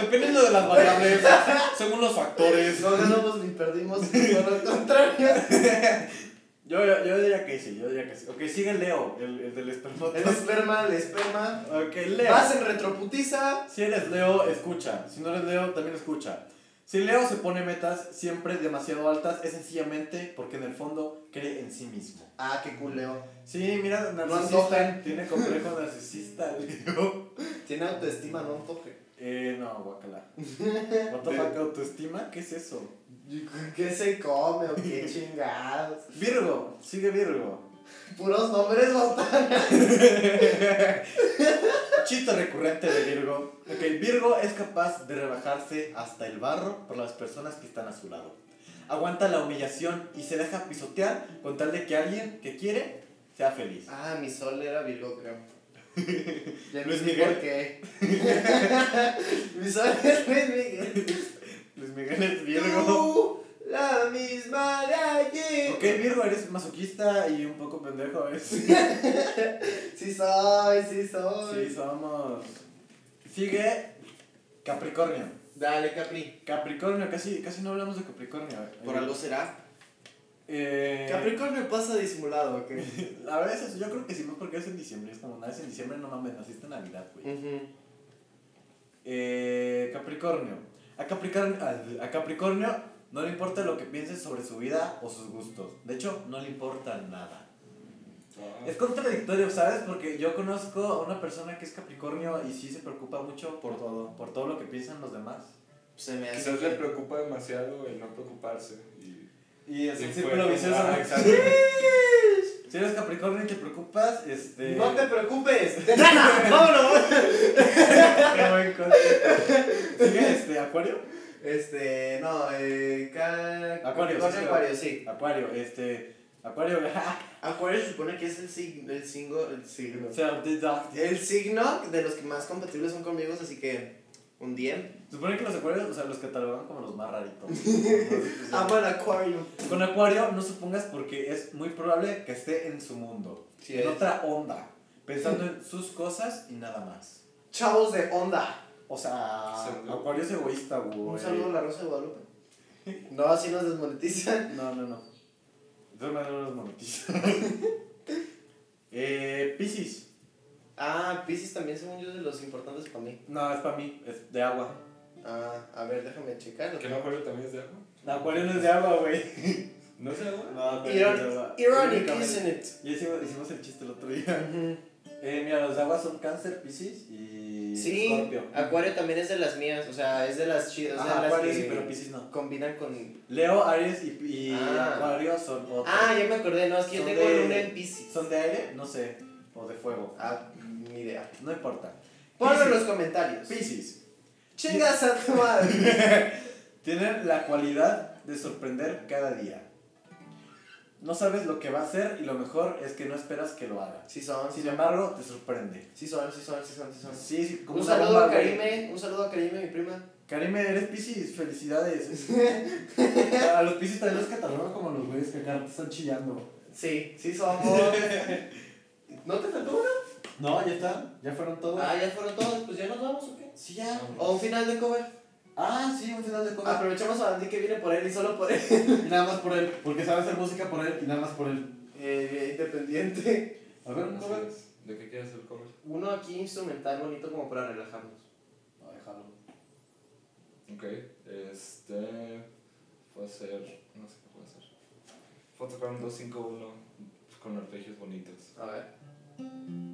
Speaker 1: Dependiendo de las variables, según los factores.
Speaker 4: No ganamos ni perdimos, por lo contrario.
Speaker 1: Yo, yo, yo diría que sí, yo diría que sí. Ok, sigue Leo, el, el del espermatozoide.
Speaker 4: El esperma, el esperma.
Speaker 1: Ok, Leo.
Speaker 4: Vas en retroputiza.
Speaker 1: Si eres Leo, escucha. Si no eres Leo, también escucha. Si Leo se pone metas siempre demasiado altas, es sencillamente porque en el fondo cree en sí mismo.
Speaker 4: Ah, qué culeo.
Speaker 1: Sí, mira, narcisista.
Speaker 4: antoja.
Speaker 1: Tiene complejo narcisista, Leo.
Speaker 4: Tiene autoestima, no toque.
Speaker 1: Eh, no, guacala. ¿No te falta autoestima? ¿Qué es eso?
Speaker 4: ¿Qué se come o qué chingados?
Speaker 1: Virgo, sigue Virgo.
Speaker 4: Puros nombres botados.
Speaker 1: Chiste recurrente de Virgo. Ok, Virgo es capaz de rebajarse hasta el barro por las personas que están a su lado. Aguanta la humillación y se deja pisotear con tal de que alguien que quiere sea feliz.
Speaker 4: Ah, mi sol era Virgo, creo. Ya
Speaker 1: Luis
Speaker 4: entendí
Speaker 1: Miguel.
Speaker 4: ¿Por qué? mi sol es Luis Miguel.
Speaker 1: Luis Miguel es Virgo.
Speaker 4: Virgo. La misma de allí.
Speaker 1: Ok, Virgo, eres masoquista y un poco pendejo a veces.
Speaker 4: Sí soy, sí
Speaker 1: Sí,
Speaker 4: soy.
Speaker 1: somos. Sigue Capricornio.
Speaker 4: Dale, Capri.
Speaker 1: Capricornio, casi, casi no hablamos de Capricornio.
Speaker 4: Por
Speaker 1: Eh,
Speaker 4: algo será.
Speaker 1: Eh,
Speaker 4: Capricornio pasa disimulado, ¿ok?
Speaker 1: A veces, yo creo que sí, más porque es en diciembre. Es como, una vez en diciembre, no mames, naciste en Navidad, güey. Eh, Capricornio. A Capricornio, a- a Capricornio no le importa lo que pienses sobre su vida o sus gustos. De hecho, no le importa nada. Es
Speaker 3: Ah.
Speaker 1: contradictorio, ¿sabes? Porque yo conozco a una persona que es Capricornio y sí se preocupa mucho por todo, por todo lo que piensan los demás.
Speaker 4: Se me hace.
Speaker 3: Quizás le
Speaker 4: que-
Speaker 3: preocupa demasiado el no preocuparse. Y,
Speaker 1: Y es
Speaker 3: y
Speaker 1: un
Speaker 3: fue
Speaker 1: círculo
Speaker 3: como,
Speaker 1: vicioso.
Speaker 3: ah,
Speaker 1: ¿no?
Speaker 3: exacto.
Speaker 1: Si eres Capricornio y te preocupas, este.
Speaker 4: No te preocupes. ¡Te gana! ¡Vámonos!
Speaker 1: Qué buen concepto. Sigue este, Acuario.
Speaker 4: Este, no, eh. Ca...
Speaker 1: Acuario,
Speaker 4: Capricornio,
Speaker 1: sí,
Speaker 4: Acuario, sí.
Speaker 1: Acuario, este. Acuario,
Speaker 4: Acuario se supone que es el signo. El signo. El signo.
Speaker 1: o sea, de- de-
Speaker 4: El signo de los que más compatibles son conmigo, así que. Un 10.
Speaker 1: Supone que los Acuarios, o sea, los catalogan como los más raritos. Los más
Speaker 4: Amo el Ah, Acuario.
Speaker 1: especiales. Con Acuario, no supongas porque es muy probable que esté en su mundo.
Speaker 4: Sí,
Speaker 1: en
Speaker 4: es.
Speaker 1: otra onda, pensando en sus cosas y nada más.
Speaker 4: Chavos de onda.
Speaker 1: O sea,
Speaker 3: Saludo.
Speaker 1: Acuario es egoísta, eh. güey.
Speaker 4: Un saludo a la Rosa de Guadalupe. No, así nos desmonetizan.
Speaker 1: No, no, no. De todas maneras no los monetiza. eh, Piscis.
Speaker 4: Ah, Pisces también, según yo, es de los importantes para mí.
Speaker 1: No, es para mí, es de agua.
Speaker 4: Ah, a ver, déjame checarlo.
Speaker 3: Que no acuerdo también es de agua.
Speaker 1: No, Acuario no es de agua, güey.
Speaker 3: No es de agua.
Speaker 1: No,
Speaker 4: Iron- Ironic, isn't it?
Speaker 1: Ya hicimos, hicimos el chiste el otro día. Eh, mira, los de agua son Cáncer, Piscis y
Speaker 4: Sí,
Speaker 1: Scorpio.
Speaker 4: Acuario también es de las mías, o sea, es de las chidas,
Speaker 1: Ah,
Speaker 4: de las
Speaker 1: Acuario
Speaker 4: que
Speaker 1: sí, pero Piscis no.
Speaker 4: combinan con...
Speaker 1: Leo, Aries y, y
Speaker 4: Ah.
Speaker 1: Acuario son otros.
Speaker 4: Ah, ya me acordé, no, es que yo
Speaker 1: Son
Speaker 4: tengo
Speaker 1: de-
Speaker 4: luna en Pisces.
Speaker 1: ¿Son de aire? No sé. O de fuego.
Speaker 4: Ah, ni idea.
Speaker 1: No importa.
Speaker 4: Ponlo en
Speaker 1: Piscis.
Speaker 4: los comentarios.
Speaker 1: Piscis.
Speaker 4: Chingas a tu madre.
Speaker 1: Tienen la cualidad de sorprender cada día. No sabes lo que va a hacer y lo mejor es que no esperas que lo haga.
Speaker 4: Sí son, Ah, sí
Speaker 1: Sin
Speaker 4: son,
Speaker 1: embargo, te sorprende.
Speaker 4: sí son, sí son, sí son, sí son.
Speaker 1: Sí, sí, como
Speaker 4: Un
Speaker 1: una
Speaker 4: saludo
Speaker 1: bomba,
Speaker 4: a
Speaker 1: güey.
Speaker 4: Karime, un saludo a Karime, mi prima.
Speaker 1: Karime, eres Piscis, felicidades. a los Piscis también los catalogan como los güeyes que acá te están chillando.
Speaker 4: Sí, sí somos. ¿No te faltó uno?
Speaker 1: No, ya están, ya fueron todos.
Speaker 4: Ah, ya fueron todos, pues ya nos vamos, ¿o qué?
Speaker 1: Sí, ya.
Speaker 4: ¿O un final de cover?
Speaker 1: Ah, sí, un final de cuentas.
Speaker 4: Aprovechamos a Andy que viene por él y solo por él.
Speaker 1: Y nada más por él, porque sabe hacer música por él y nada más por él.
Speaker 4: Eh, independiente.
Speaker 1: A ver, un cover.
Speaker 3: ¿De qué quieres hacer cover?
Speaker 4: Uno aquí instrumental bonito como para relajarnos.
Speaker 1: No, déjalo.
Speaker 3: Ok, este. Puedo hacer. No sé qué puedo hacer. um Puedo tocar un 2-5-1 con arpegios bonitos.
Speaker 4: A ver.
Speaker 3: Thank Ah,